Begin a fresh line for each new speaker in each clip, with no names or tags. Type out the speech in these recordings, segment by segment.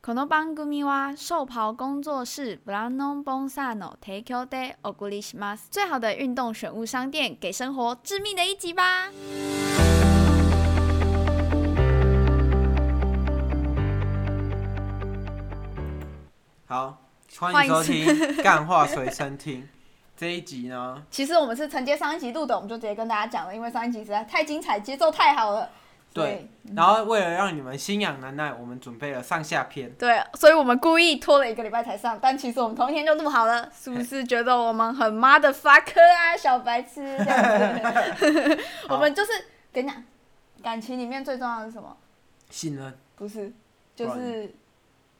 この番組は寿袍工作室ブランドボンサーの提供でお送りします。最好的运动选物商店，给生活致命的一击吧！
好，欢迎收听《干话随身听》 这一集呢，
其实我们是承接上一集录的，我们就直接跟大家讲了，因为上一集实在太精彩，节奏太好了。所以
对，然后为了让你们心痒难耐，我们准备了上下篇。
对，所以我们故意拖了一个礼拜才上，但其实我们同一天就录好 了，是不是觉得我们很 mother fucker 啊，小白痴这样 子？我们就是跟你讲，感情里面最重要的是什么？
信任，
不是，就
不然
是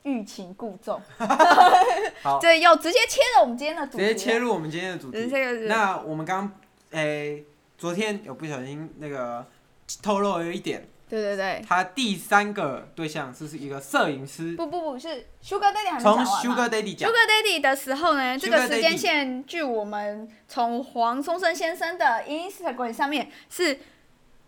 欲擒故纵。
好
对，又直接切了我们今天的主
直
题了，
接切入我们今天的主
直接
题。
切入主题。
那我们刚，诶、昨天有不小心那个透露了一点，
对对对，
他第三个对象是是一个摄影师，
不不不是 Sugar Daddy 还没讲
从
完嘛
Sugar Daddy 讲，
Sugar Daddy 的时候呢，这个
Sugar
时间
Daddy
线，据我们从黄松生先生的 Instagram 上面是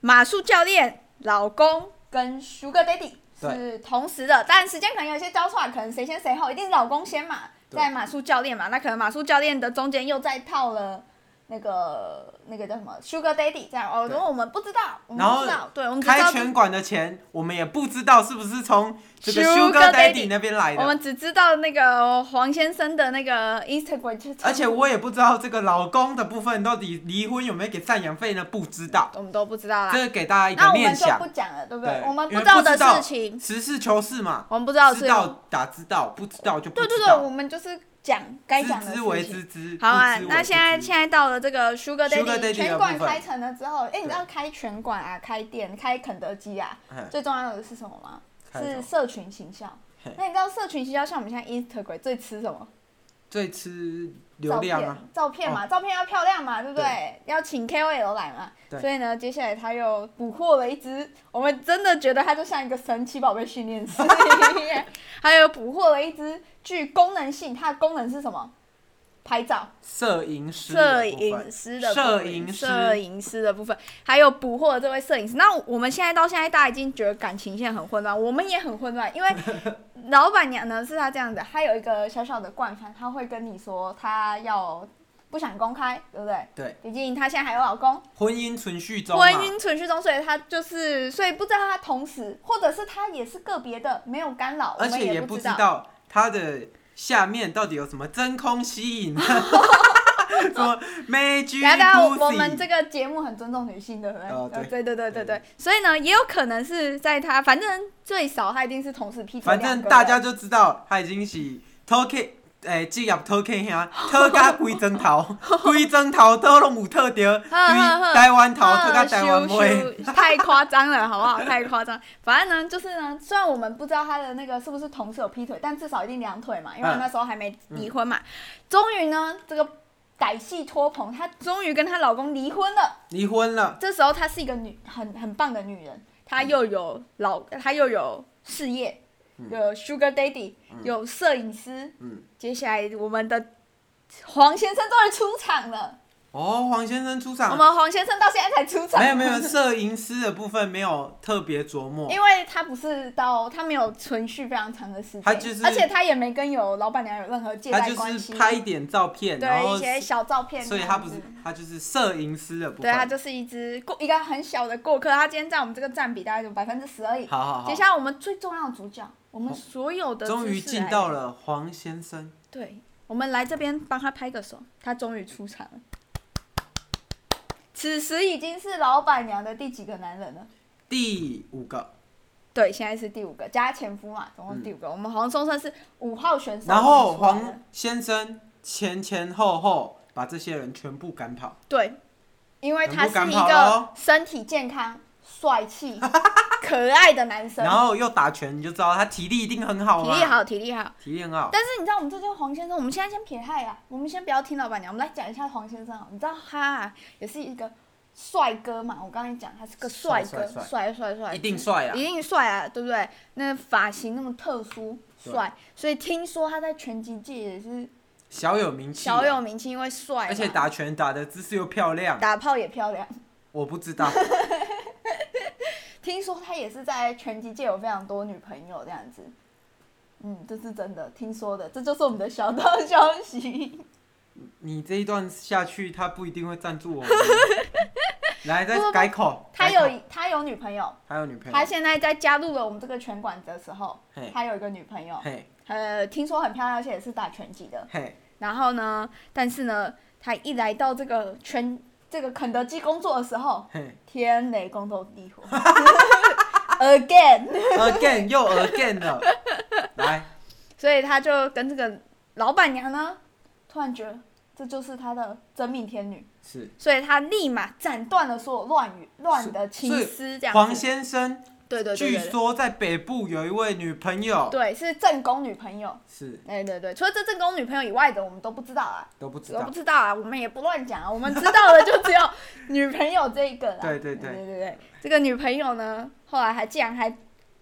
马术教练、老公跟 Sugar Daddy
对
是同时的，但时间可能有一些交错，可能谁先谁后，一定是老公先嘛，
对
在马术教练嘛，那可能马术教练的中间又再套了。那个那个叫什么 Sugar Daddy 这样哦，
对
如果我们不知道，我们
然
不
后
知道，对，我们只知
开
道
拳馆的钱，我们也不知道是不是从这个
Sugar
Sugar
Daddy
Daddy 那边来
我
的，
们只知道那个黄先生的那个 Instagram，就是
而且我也不知道这个老公的部分到底离婚有没有给赡养费呢？不知道，
我们都不知道啦
这。个给大家一
啊那
个
我们
念
就
想
不。讲了，对不
对，
我们
因为
知道
不
的
知
事情，
实事求是嘛，
我们不知道的
知
事情。
道打知道，不知道就不
对
知
对对，
道。
我们就是讲该讲的
知之为
事情。
知之，
好啊
不知，为
那
不
现在
知
现在到了这个 Sugar
Sugar Daddy 的
拳馆
部分
开成了之后，哎、你知道开拳馆啊、开店、开肯德基啊，
嗯
最重要的是什么吗？
开什
是
么
社群行销
嘿。
那你知道社群行销像我们现在 Instagram 最吃什么？
最吃
照
流量
片
啊，，
照片嘛，照片要漂亮嘛，对不对？要请 KOL 来嘛。
对
所以呢，接下来他又捕获了一只，我们真的觉得他就像一个神奇宝贝训练师一 样，还有捕获了一只具功能性，它的功能是什么？拍照，
摄影师的
摄影师的部
部分摄
分
影师
摄影师的部分，还有捕获了这位摄影师。那我们现在到现在，大家已经觉得感情线很混乱，我们也很混乱，因为 老板娘呢是她这样子，她有一个小小的惯犯，她会跟你说她要不想公开，对不对？
对，
毕竟她现在还有老公，
婚姻存续中嘛
婚，姻存续中，所以她就是，所以不知道她同时，或者是她也是个别的，没有干扰，
而
我们
且
也
不
知
知道他的下面到底有什么真空吸 引，什么 magic
等一下，我我们
pussy，
这个节目很尊重女性，对不对？
啊对
呃对对对对
对
对。所以呢，也有可能是在他，反正最少他一定是同时劈腿
反
两个人。
正大家就知道他已经是 talking。诶，职业偷看兄，偷甲规 针头，规针头都拢有特着，对台湾头特甲台湾妹。
羞羞太夸张了，好不好？太夸张。反正呢，就是呢，虽然我们不知道他的那个是不是同时有劈腿，但至少一定两腿嘛，因为
嗯
那时候还没离婚嘛。终于呢，这个歹戏拖棚，她终于跟她老公离婚了。
离婚了，
这时候她是一个女很很棒的女人，她又有老，她又有事业，有 Sugar Daddy，、有摄影师。
嗯，
接下来我们的黄先生终于出场了，
哦，黄先生出
我
场，
们黄先生到现在才出场，
没有没 有，摄影师的部分没有特别琢磨，
因为他不是到他没有存续非常长的时间，
他就是
而且他也没跟有老板娘有任何借
他
贷
就
关
是
系，
拍一点照片，然
对一
后
些小照片，
所以他不是。他就是摄影师的部
对，他
分，
就是一只过一个很小的过客，他今天在我们这个占比大概就百分之十而已。
好好好
接，下来我们最重要的主角，我们
哦
所有的
终
知
于
识来
进
源
到。了黄先生，
对，我们来这边帮他拍个手，他终于出场了。此时已经是老板娘的第几个男人了？
第五个，
对，现在是第五个，加前夫嘛，总共第五个。我们黄松生是五号选手，
嗯然
我
后
们出来了
黄先生前前后后把这些人全部赶跑，
对，因为他
全
是
部
一
赶跑了
个
哦
身体健康、帅气、 可爱的男生
然，后又打拳，你就知道他体力一定很好
体
嘛，
力，好，体力好。
体力很好，
但是你知道我们这就是黄先生，我们现在先撇开啊，我们先不要听老板娘，我们来讲一下黄先生啊。你知道他啊，也是一个帅哥嘛，我刚才讲他是个帅哥，
帅帅
帅帅帅，
一定帅啊
一，定帅啊，对不对？那发型那么特殊，
对
帅，所以听说他在拳击界也是
小有名气啊，
小有名气，因为帅嘛，
而且打拳打的姿势又漂亮，
打炮也漂亮。
我不知 道。
听说他也是在拳击界有非常多女朋友这样子，嗯，这是真的，听说的，这就是我们的小道消息。
你这一段下去，他不一定会赞 助我们。来，再
不不不
改口。
他
改口
有他有女朋友，
他有女朋
他
友，
现在在加入了我们这个拳馆的时候
嘿，
他有一个女朋友，
嘿
呃，听说很漂亮，而且也是打拳击的。
嘿，
然后呢，但是呢，他一来到这个圈，这个肯德基工作的时候，
嘿
天雷公头地 火，again，
，again 又 again 了。来，
所以他就跟这个老板娘呢，突然觉得这就是他的真命天女，
是
所以他立马斩断了所有乱语乱的情
是
丝，这样
黄
子。呃
先生，
对对对
据
对对，
说在北部有一位女朋友，
对是正宫女朋友。
是
哎对对对，除了这正宫女朋友以外的，我们都不知道啊，
都不知
我
道
不。知道啊，我们也不乱讲啊，我们知道的 就只有女朋友这一个啦。
对对
对
对
对对，这个女朋友呢，后来还竟然还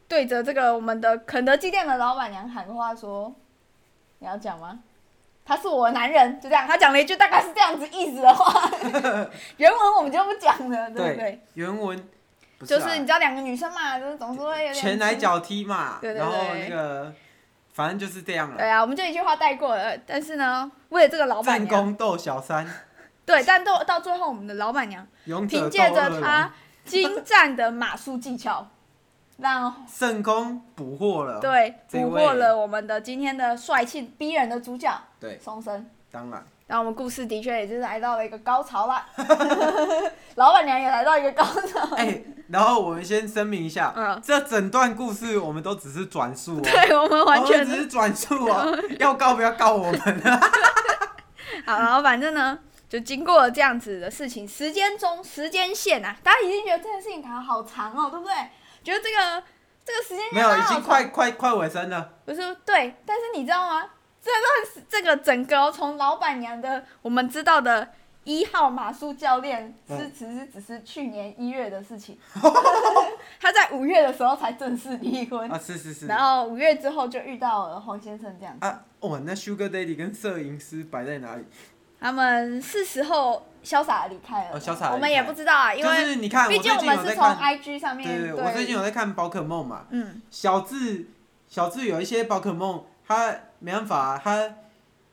对着这个我们的肯德基店的老板娘喊话说：“你要讲吗？他是我的男人。”就这样，他讲了一句大概是这样子意思的 话，原文我们就不讲了，对不对？
原文不是
就
啊
是你知道两个女生嘛，就是总是会有点
前来脚踢嘛，
对对对
然后那个反正就是这样
对
了。
啊，我们就一句话带过了。但是呢，为了这个老板
战
娘，
功斗小三，
对，但到到最后，我们的老板娘
勇者
凭
斗
借
恶
着
龙，
她精湛的马术技巧，让
圣功捕获了。
对
这
俘
位
获了我们的今天的帅气逼人的主角
对，
松生。
当然
那我们故事的确也是来到了一个高潮啦， 老板娘也来到一个高潮。
哎、然后我们先声明一下，
嗯
这整段故事我们都只是转述哦，
对我们完
我
全
们只
是
是转述哦，要告不要告我们？啊
好，然后反正呢，就经过了这样子的事情，时间中时间线啊，大家已经觉得这件事情好像好长哦，对不对？觉得这个这个时间线
没有，已
好
经
长
快快快尾声了，
我说对，但是你知道吗？这段时这个整个哦从老板娘的我们知道的一号马术教练，是
嗯
其实只是去年一月的事 情，他在五月的时候才正式离婚，
啊，是是是。
然后五月之后就遇到了黄先生这样，
啊，哇，那 Sugar Daddy 跟摄影师摆在哪里？
他们是时候潇洒的离开了，
哦潇洒地离开
我们也不知道啊，因
就
为
是你看，
毕
我
竟
最
我
近有
们是
在
从
看，
IG 上
对
面
对，对我最近有在看宝可梦嘛，
嗯
小智，小智有一些宝可梦，他没办法，他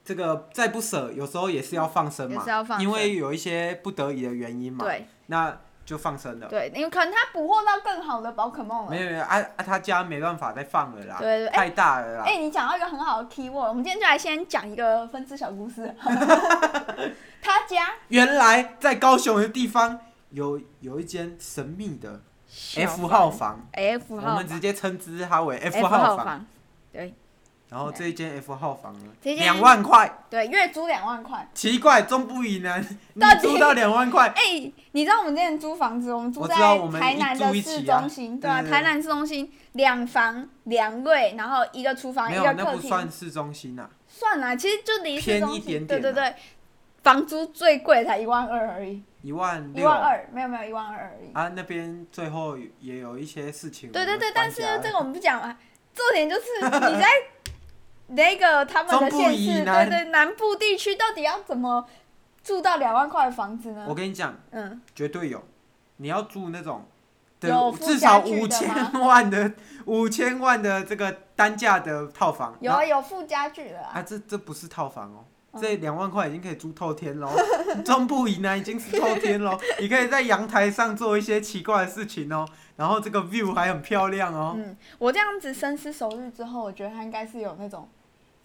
这个再不舍，有时候也是要放生
也
嘛，
是要放生
因为有一些不得已的原因嘛，
对
那就放生了。
对，因为可能他捕获到更好的宝可梦了
没。有没有，啊啊，他家没办法再放了啦，
对对哎
太大了啦。
哎、你讲到一个很好的 keyword，我们今天就来先讲一个分支小故事。 他家
原来在高雄的地方有有一间神秘的 F 号房，
F
我
号
们直接称之它为 F
号
号房。
对
然后这一间 F 号房呢，
这间
两万块，
对，月租两万块。
奇怪，中部以南你
到底
租到两万块，
哎、你知道我们之前租房子，我们租
我
在
知道我们
台南的
一租一
市
起啊
中心，对啊，
对对对
台南市中心两房两卫，然后一个厨房，
没
一
有，
个
那
啊客
不
厅。
算市中心啊呐、
算啦，其实就离市
偏
中
一
心，
点
对
点
对
啊
对，房租最贵才一万二而已，
一万
一
六
万
啊，
二没有没有一万二而已。
那边最后也有一些事情。
对对对，但是呢，这个
个
我们不讲啊。重点就是你 在那个他们的
中部
县
以
市，对
南
对，南部地区到底要怎么住到两万块的房子呢
我？跟你讲，
嗯，
绝对有，你要住那种
有
的
附
至少
家具
五
的吗
千 万的五千万的这个单价的套房，
有
然后
啊，有附家具的
啊，
啊。
这这不是套房
嗯
哦。这两万块已经可以住透天喽，中部以南已经是透天喽。你可以在阳台上做一些奇怪的事情哦，然后这个 view 还很漂亮哦。
嗯，我这样子深思熟虑之后，我觉得他应该是有那种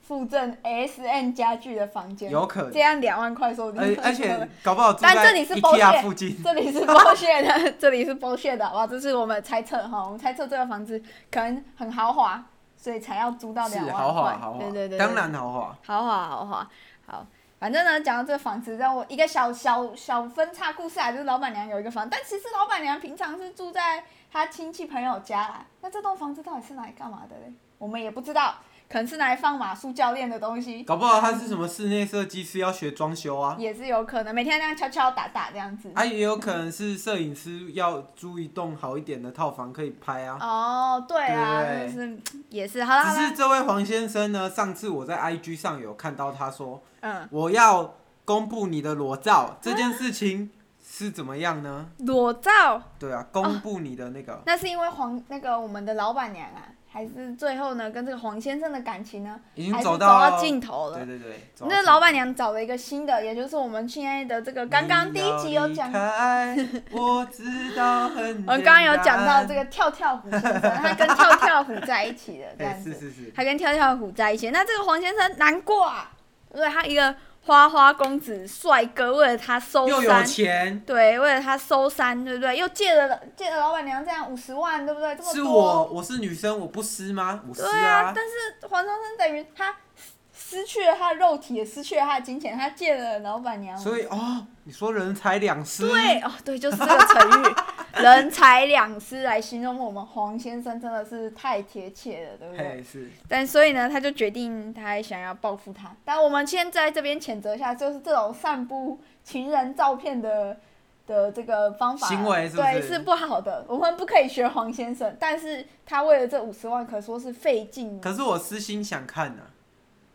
附赠 S N 家具的房间，
有可能
这样两万块说不定
而
可以
哎而
了
且搞不好住
但这
在
里是包
IKEA
月
附近，
这里是 bullshit 的，这里是 bullshit 的，好不好？这是我们的猜测哈，我们猜测这个房子可能很豪华，所以才要租到
是
两万块。
豪华豪华，
对对对，对
当，然豪华。
豪华豪华，好。反正呢，讲到这个房子，让我一个小小小分叉故事啊，就是老板娘有一个房，但其实老板娘平常是住在她亲戚朋友家啦。那这栋房子到底是拿来干嘛啊的嘞？我们也不知道，可能是拿来放马术教练的东西，
搞不好他是什么室内设计师要学装修啊，
也是有可能。每天那样敲敲打打这样子。
啊也有可能是摄影师要租一栋好一点的套房可以拍啊。
哦，对啊，
对
就是也是，好啦好
只是
啦，
这位黄先生呢，上次我在 IG 上有看到他说
嗯，
我要公布你的裸
啊
照这件事情是怎么样呢？
裸照
对啊，公布你的那个
那是因为黄那个我们的老板娘啊，还是最后呢跟这个黄先生的感情呢，
已经
还是
走
走
到
到尽头了
对。对对，走啊到
那老板娘找了一个新的，也就是我们亲爱的这个刚刚第一集有讲
你，要离开我知道很。
我们刚刚有讲到这，个跳跳虎先生，他跟跳跳虎在一起的这
哎，
样
是
子，
是是，
他跟跳跳虎在一起。那这个黄先生难过啊，因为他一个花花公子帅哥，为了他收
又有
山，
钱，
对，为了他收山，对不对？又借了借了老板娘这样五十万，对不对？这么
是
多
我，，我是女生，我不湿吗？我湿
对啊。但是黄先生等于他失失去了他的肉体，也失去了他的金钱，他借了老板娘
所以哦，你说人财两失，
对哦，对，就是这个成语“人财两失”来形容我们黄先生真的是太贴切了，对不对？
嘿是，
但所以呢，他就决定他想要报复他。但我们先在这边谴责一下，就是这种散布情人照片的的这个方法
行为是不
对
是
是不好的，我们不可以学黄先生。但是他为了这五十万，可说是费尽。
可是我私心想看呐、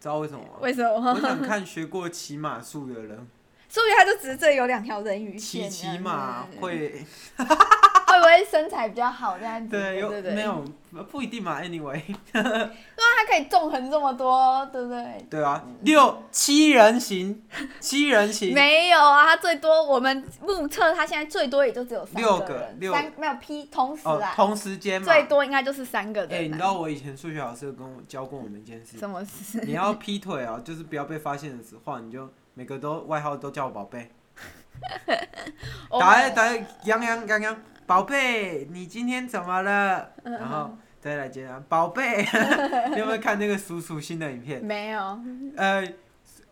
知道为什么吗？
为什么？
我想看学过骑马术的人
说不定他就只是这里有两条人鱼
骑
线，
骑马
嗯
会，
会不会身材比较好这样子？
对，有
对对，
没有不一定嘛？Anyway，
他可以纵横这么多，对不对？
对啊，六七人行，七人 行，
没有啊，他最多我们目测他现在最多也就只有三
六个
人，
六
三没有 P 同时
哦
啦，，
同时间嘛。
最多应该就是三个
哎、
人啊
你
啦。
知道我以前数学老师有跟我教过我们一件事，
什 么事？
你要劈腿啊，就是不要被发现的时候，你就每个都外号都叫我宝贝，
哦
打来打来，洋洋洋洋，宝贝，你今天怎么了？
嗯
然后再来接啊，宝贝， 你有没有看那个叔叔新的影片？
没有，
呃，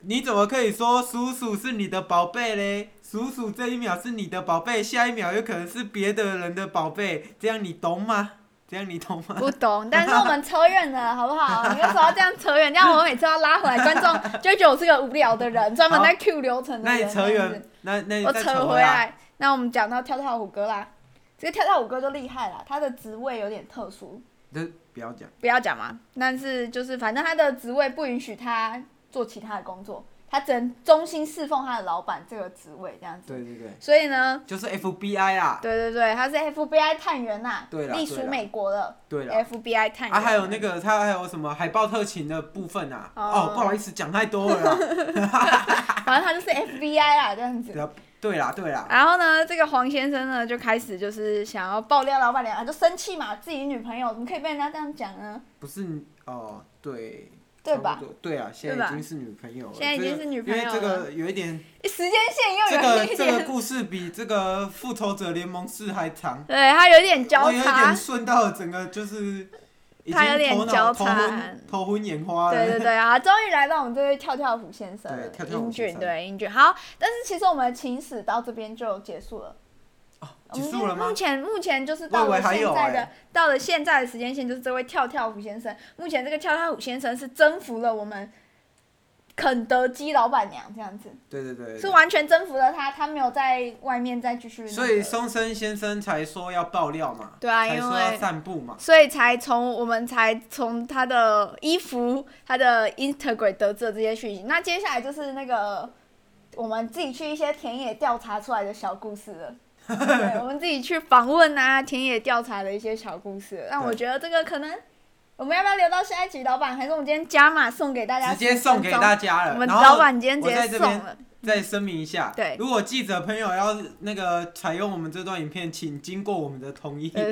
你怎么可以说叔叔是你的宝贝嘞？叔叔这一秒是你的宝贝，下一秒有可能是别的人的宝贝，这样你懂吗？这样你懂吗？
不懂，但是我们扯远了，好不好？你为什么要这样扯远？这样我每次要拉回来，观众就会觉得我是个无聊的人，专门在 Q 流程的
那
人。
你扯
这样子
远，那那你
啊我
再
扯
回
回。来，那我们讲到跳跳虎哥啦，这个跳跳虎哥就厉害了，他的职位有点特殊，
就不要讲，
不要讲嘛。但是就是反正他的职位不允许他做其他的工作，他只能忠心侍奉他的老板这个职位这样子。
对对对，
所以呢，
就是 FBI 啦，
对对对，他是 FBI 探员呐、
对啦
隶
对
属
啦
美国的
对啦。
FBI 探员。
啊，还有那个他还有什么海豹特勤的部分啊？
哦
哦，不好意思，讲太多了 啦。
反正他就是 FBI 啦，这样子
对。啊对啦，对啦，
然后呢，这个黄先生呢就开始就是想要爆料老板娘，啊就生气嘛，自己女朋友怎么可以被人家这样讲呢？
不是你哦，对，
对
差不
吧？
多？对啊，现
对
在
吧
已经是女朋友了。
现在已经
这个
是女朋友
因为这
了
个有一点
时间线
这
又有
个
一
这个
点，
故事比这个《复仇者联盟四》还长，
对他有点交
我有点
叉，
顺到整个就是已
他有
经
点
头脑
交
头
叉
昏头昏眼花了。
对对对啊，终于来到我们这位跳跳虎先生了
对，跳跳虎
英
先
俊
生
对英俊好，但是其实我们的情史到这边就结束了，
哦，
我
结
们
束了
目
吗？
前目前就是
我
到
以为
了
还有
现在的
欸
到了现在的时间线，就是这位跳跳虎先生，目前这个跳跳虎先生是征服了我们肯德基老板娘这样子，
对对对对
是
对。
完全征服了他，他没有在外面再继续那个，
所以松生先生才说要爆料嘛，
对啊，
才
因
说
为
要散步嘛。
所以才从我们才从他的衣服、他的 Instagram 得知了这些讯息。那接下来就是那个我们自己去一些田野调查出来的小故事 了。对，我们自己去访问啊，田野调查的一些小故事了。但我
对
觉得这个可能，我们要不要留到下一集？老板，还是我们今天加码送给大家？
直接送给大。家
我
了，
们
然
老
后
板今天直
我在
接
这
送
边
了，
再声明一下，
对
如果记者朋友要那个采用我们这段影片，请经过我们的同意。
对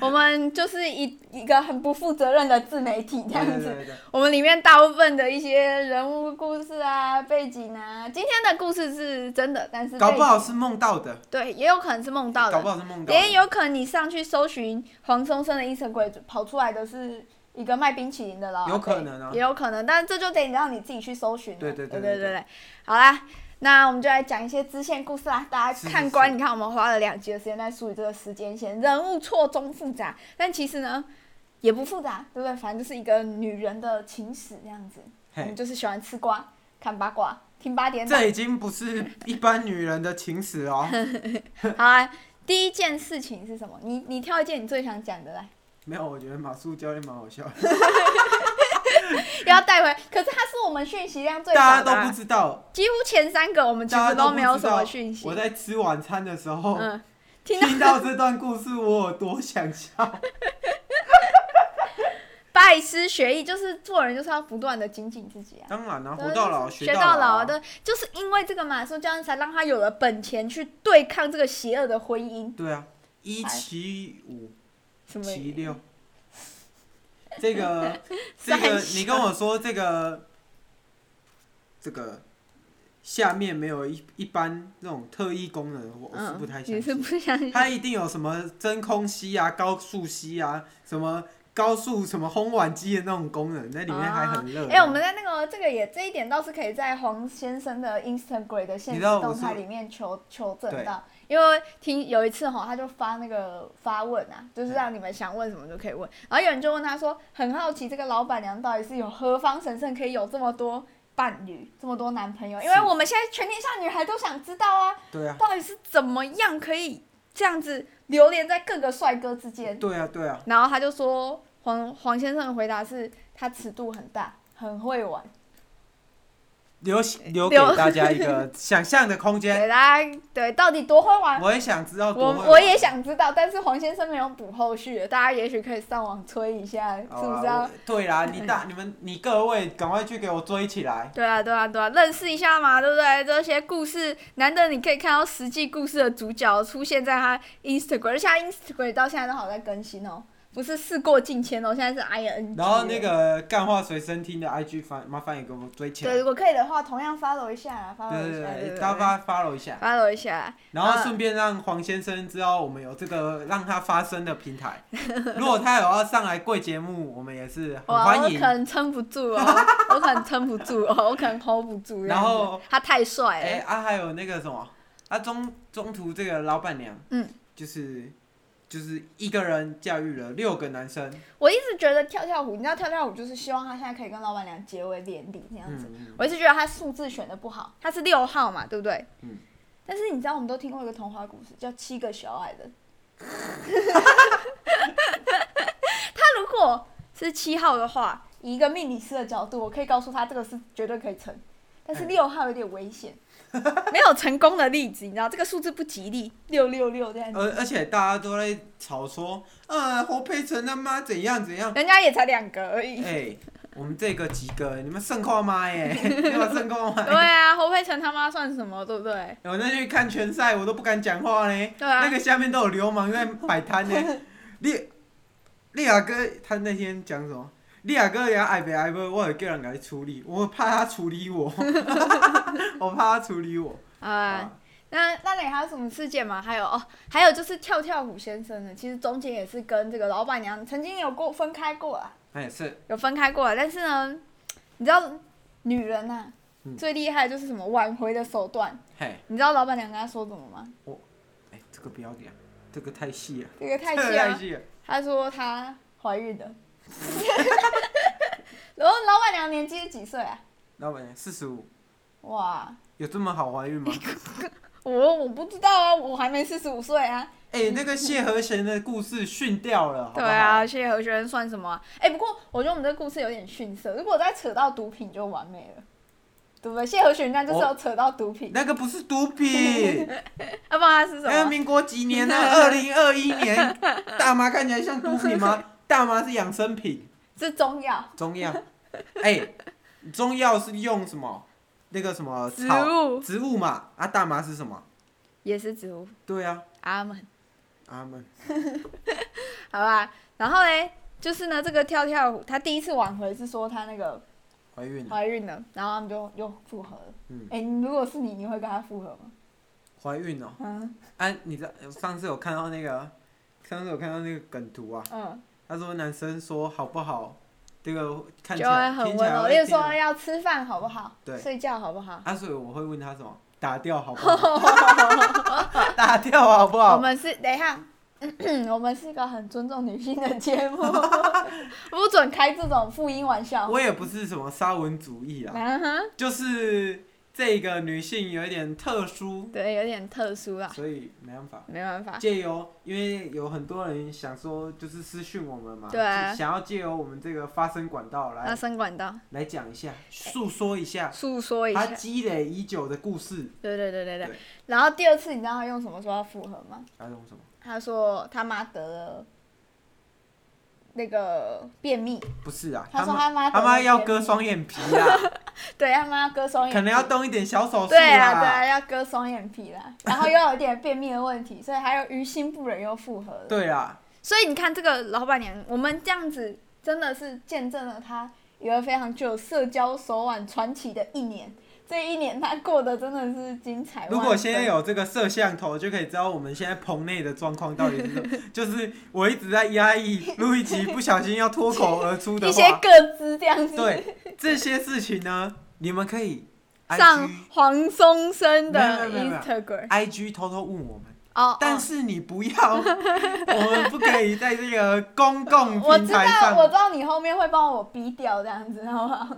我们就是一一个很不负责任的自媒体这
对
样
对
子
对。对，
我们里面大部分的一些人物故事啊、背景啊，今天的故事是真的，但是
搞
背
不好是梦到的，
对，也有可能是梦到
搞不
的，
好是梦到的
也。有可能你上去搜寻黄松生的 Instagram 跑出来的是一个卖冰淇淋的老
有可
阿伯
能啊
也有可能，但是这就得让你自己去搜寻了。啊
对对
对
对
对
对对
好啦。那我们就来讲一些支线故事啦，大
是
家
是
看官，你看我们花了两集的时间在梳理这个时间线，人物错综复杂，但其实呢也不复杂，对不对？反正就是一个女人的情史这样子。我
嘿
们就是喜欢吃瓜、看八卦、听八点档。
这已经不是一般女人的情史 哦。
好啊，第一件事情是什么？你你挑一件你最想讲的来，
没有，我觉得马术教练蛮好笑的，
又要带回。可是它是我们讯息量最少
大家
的啊、
都不知道，
几乎前三个我们其
大
实
家都
没有
不知
什
道
么讯息
我。在哦吃晚餐的时候，
嗯，听到
听到这段故事，我有多想笑。
拜师学艺，就是做人就是要不断的精进自己啊。
当然啦、啊，
对
活到老
就是
学
学
到
老
啊。
对，就是因为这个嘛，所以这样才让他有了本钱去对抗这个邪恶的婚姻。
对啊，一七五
什哎么？
七六，这个这
三
个，
小
你跟我说这个这个下面没有一一般那种特异功能，我我是
嗯，
不太相
你是
信。
不相信？
它一定有什么真空吸啊、高速吸啊、什么高速什么烘碗机的那种功能，在里面还很热闹。
哎、我们在那个这个也这一点倒是可以在黄先生的 Instagram 的现
你
实
知道我
动态
是
里面求求证
对
到，因为听有一次吼，他就发那个发问啊，就是让你们想问什么就可以问，然后有人就问他说，很好奇这个老板娘到底是有何方神圣可以有这么多伴侣，这么多男朋友，因为
是
我们现在全天下女孩都想知道啊，
对啊，
到底是怎么样可以这样子流连在各个帅哥之间。
对啊，对啊，
然后他就说黄黄先生的回答是他尺度很大，很会玩，
留留给
哎留
大家一个想象的 空间。
对啦，对，到底多会玩？
我也想知道
我
多会
我也想知道，但是黄先生没有补后续，大家也许可以上网催一下，是
好
不
啊
是要
我？对啦，你大你们你各位赶快去给我追起来。
对啊，对啊，对啊，认识一下嘛，对不对？这些故事，难得你可以看到实际故事的主角出现在他 Instagram，而且他 Instagram 到现在都好在更新哦，不是事过境迁哦，现在是 ING。
然后哦那，个干话随身听的 IG 翻，麻烦也给我追起来。
对，如果可以的话，同样 follow 一下啦
对
，follow 一下，对
对，
对啊
大家 follow 一下，
follow 一下。
然后顺便让黄先生知道我们有这个让他发声的 平台。如果他有要上来贵节目，我们也是很
哇，我
欢
可
迎。
能撑不住哦， 我可能撑不住哦，我可能 hold 不住这样子。
然后
他太帅了，
哎啊，还有那个什么啊，中中途这个老板娘，
嗯，
就是就是一个人驾驭了六个男生，
我一直觉得跳跳虎，你知道跳跳虎就是希望他现在可以跟老板娘结为连理这样子。
嗯，
我一直觉得他数字选的不好，他是六号嘛，对不对？
嗯。
但是你知道，我们都听过一个童话故事，叫《七个小矮人》。 他如果是七号的话，以一个命理师的角度，我可以告诉他这个是绝对可以成。但是
嗯
六号有点危险，没有成功的例子，你知道这个数字不吉利，六六六这样子，
而而且大家都在吵说，呃，侯佩岑他妈怎样 怎样，
人家也才两个而已。
哎、我们这个几个，你们胜控吗？耶， 你们胜控吗？
对啊，侯佩岑他妈算什么，对不对？
我那去看拳赛，我都不敢讲话呢。
对啊
那个下面都有流氓在摆 摊呢。你，你亚哥他那天讲什么？你亚哥也爱不爱不，我有叫人给他处理，我怕他处 理我，我怕他处理我。
啊、
啊
那那你还有什么事件吗？还有哦，还有就是跳跳虎先生呢，其实中间也是跟这个老板娘曾经有过分开过啊，
那也哎是，
有分开过啊。但是呢，你知道女人呐、啊
嗯
最厉害的就是什么挽回的手段。
嘿，
你知道老板娘跟他说什么吗？
哎、这个不要讲，这个太细了，
这个太
这
细
个 太
了。
细了。
她说她怀孕了。 然后老板娘年纪是几岁啊？
老板四十五，
哇，
有这么好怀 孕吗？
我我不知道啊，我还没四十五岁啊。
哎、那个谢和弦的故事训掉了，好不
对
好？
啊，谢和弦算什么、啊？哎、不过我觉得我们这个故事有点逊色，如果再扯到毒品就完美了，对不对？谢和弦那就是有扯到毒品，
那个不是毒 品。
要、不然他是什
那个
么？
民国几年呢？ 二零二一年，大麻看起来像毒品吗？大麻是养生品，
是中药、
中药。哎、中药是用什么？那个什么
植
草
物
植物嘛？啊，大麻是什么？
也是植物，
对啊，
阿门，
阿门。
好吧。然后嘞，就是呢，这个跳跳虎他第一次挽回是说他那个
怀孕了，
怀孕了，然后他们就又复合了。
嗯
哎、你如果是你，你会跟他复合吗？
怀孕哦、
嗯
哎、你知道上次有看到那个，上次有看到那个梗图啊，
嗯，
他说男生说好不好？这个看起
就会
来
很
听起
温
来
柔，
会
例如
听起
说哎
来
要吃饭好不好？
对
睡觉好不好？
啊，所以我会问他什么？打掉好不 好？ 打掉好不
我
好？
们是等一下， 我们是一个很尊重女性的节目， 不准开这种负阴玩笑。
我也不是什么沙文主义啊，
嗯哼，
就是这个女性有一点特殊，
对，有点特殊啦，
所以没办法。
没办法。
借由，因为有很多人想说，就是私讯我们嘛，
对啊
想要借由我们这个发声管道来、
那伸管道
来讲一下，诉说一下
诉说一
他
下，
积累已久的故事。
对对对对对
对。
然后第二次，你知道他用什么说要复合吗？
还用什么？
他说他妈得了那个便秘，
不是啊，
他
他
说
妈
他妈
他妈要割
割，
双眼皮啦，
对啊他妈要割双眼皮，
可能要动一点小手术
对啊，对
啦。
啊，要割双眼皮啦，然后又有一点便秘的问题，所以还有于心不忍又复合了。
对啊，
所以你看这个老板娘，我们这样子真的是见证了她一个非常具有社交手腕传奇的一年。这一年她过得真的是精彩万分。
如果现在有这个摄像头，就可以知道我们现在棚内的状况到底是 什么。就是我一直在压抑录一集不小心要脱口而出的
一些
话，
各自这样子，
对这些事情呢，你们可以 I
上
G
黄宗生的
没有没有没有没有
Instagram。
I G 偷偷问我们，
哦，
但
哦
是你 不要，我们不可以在这个公共
我
平
知
台
道，我
上。
知道你后面会帮我逼掉这样子，好不好？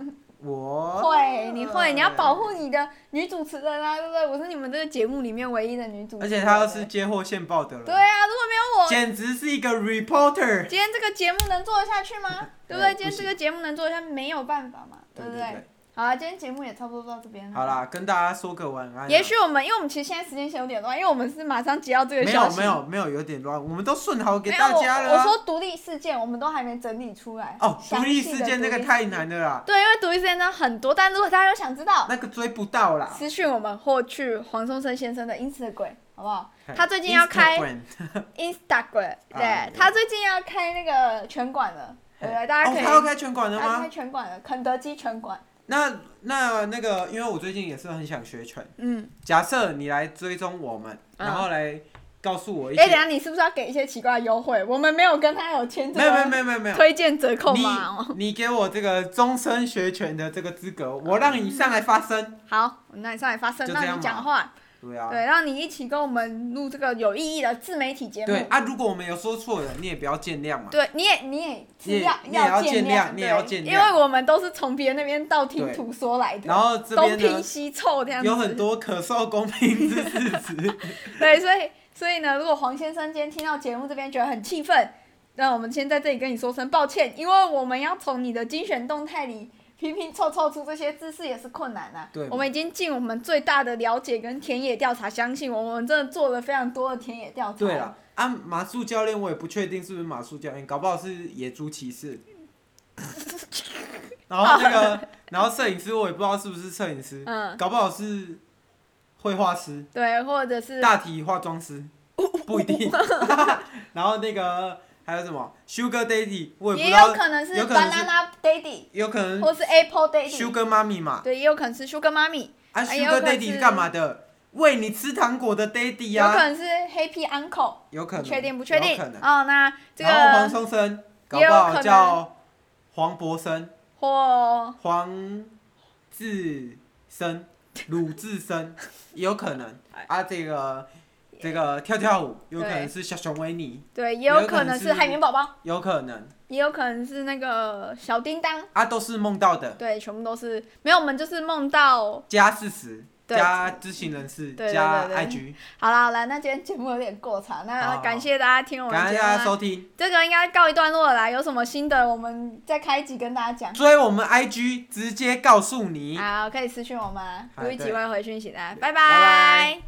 我
会，你会，你要保护你的女主持人啊，对不对？我是你们这个节目里面唯一的女主持人。
而且他又是接获线报的人，
对啊，如果没有我，
简直是一个 reporter。
今天这个节目能做得下去吗？对不对？
对
今天
呃
这
不行
个节目能做得下，没有办法嘛，对不
对
对？好啊，今天节目也差不多到这边了。
好。啦，跟大家说个晚安啊。
也许我们，因为我们其实现在时间线有点乱，因为我们是马上接到这个
没
消
有
息。
没有没有，有点乱，我们都顺好给
没有，
大家了
我我
啊。
说独立事件，我们都还没整理出来。
哦，
详
独
细
立
的
事件那
独
个
立
太难了啦，
对，因为独立事件真的很多，但如果大家有想知道，
那个追不到啦。
私讯我们或去黄松生先生的 Instagram 好不好？
嘿
他最近要开
Instagram
Instagram，对、
哎
他最近要开那个拳馆了，对不对？大家可
哦，
以、
他要开拳馆了
他开
吗？
拳馆了，肯德基拳馆，
那那那个，因为我最近也是很想学拳。
嗯，
假设你来追踪我们，
嗯
然后来告诉我一
哎、等一
些，
下你是不是要给一些奇怪的优惠？我们没有跟他有签这
没有没有
个
没有没有没有，
推荐折扣
你
码哦。
你给我这个终身学拳的这个资格，我
嗯
让你上来发声。
好，那你上来发声，
就这
让
样
你
嘛
讲话，
对啊，
对，让你一起跟我们录这个有意义的自媒体节目。
对啊，如果我们有说错的，你也不要见谅嘛。
对，你也你也
你
是
也
要
你也要
见
见谅你也要
对
见
因为
谅
我们都是从别人那边道听
对
途说来的，
然后这
东
边
拼
呢，
西凑这样子。
有很多可受公平之事实。
对，所以所以呢，如果黄先生今天听到节目这边觉得很气愤，那我们先在这里跟你说声抱歉，因为我们要从你的精选动态里拼拼凑凑出这些知识也是困难啊。
对
我们已经尽我们最大的了解跟田野调查，相信我，我们真的做了非常多的田野调查。
对了，啊，马术教练我也不确定是不是马术教练，搞不好是野猪骑士。然后 那个，然后摄影师我也不知道是不是摄影师，
嗯，
搞不好是绘画师、
对，或者是
大体化 妆师，不一定。然后那个还有什么 Sugar Daddy，我也
也
不知
有
道，
可能是
有可能是
banana daddy
有可能
或是 apple daddy，
Sugar 妈咪嘛，
对，也有可能是 sugar mommy，
啊
哎有可
，Sugar
能
Daddy
是
是干嘛的？喂你吃糖果的 Daddy
有可
呀，
能是 happy uncle，
有可能，
确定不确定
有可能？。
哦，那这个
然后黄松生，搞
也
不
有可
好
能
叫黄博生、
或
黄志生、鲁智深，也有可能啊。这个这个跳跳舞，有可能是小熊维尼，
对，也
也
有
有
可
可
能
能
是
是
海绵宝宝，
有可能
也有可能是那个小叮当，
啊，都是梦到的。
对，全部都是没有，我们就是梦到。
加四十，
对
加知情人士，
对对
加
对对
IG，
好啦好啦，那今天节目有点过长，那
好
感谢大家听我们
感
节
谢
目
大家
啊，
收听，
这个应该告一段落了啦。有什么新的，我们再开一集跟大家讲。
追我们 IG，直接告诉你。
好，可以私讯我们啊，
好
录一集
哎对
会回讯息的啊，拜
拜拜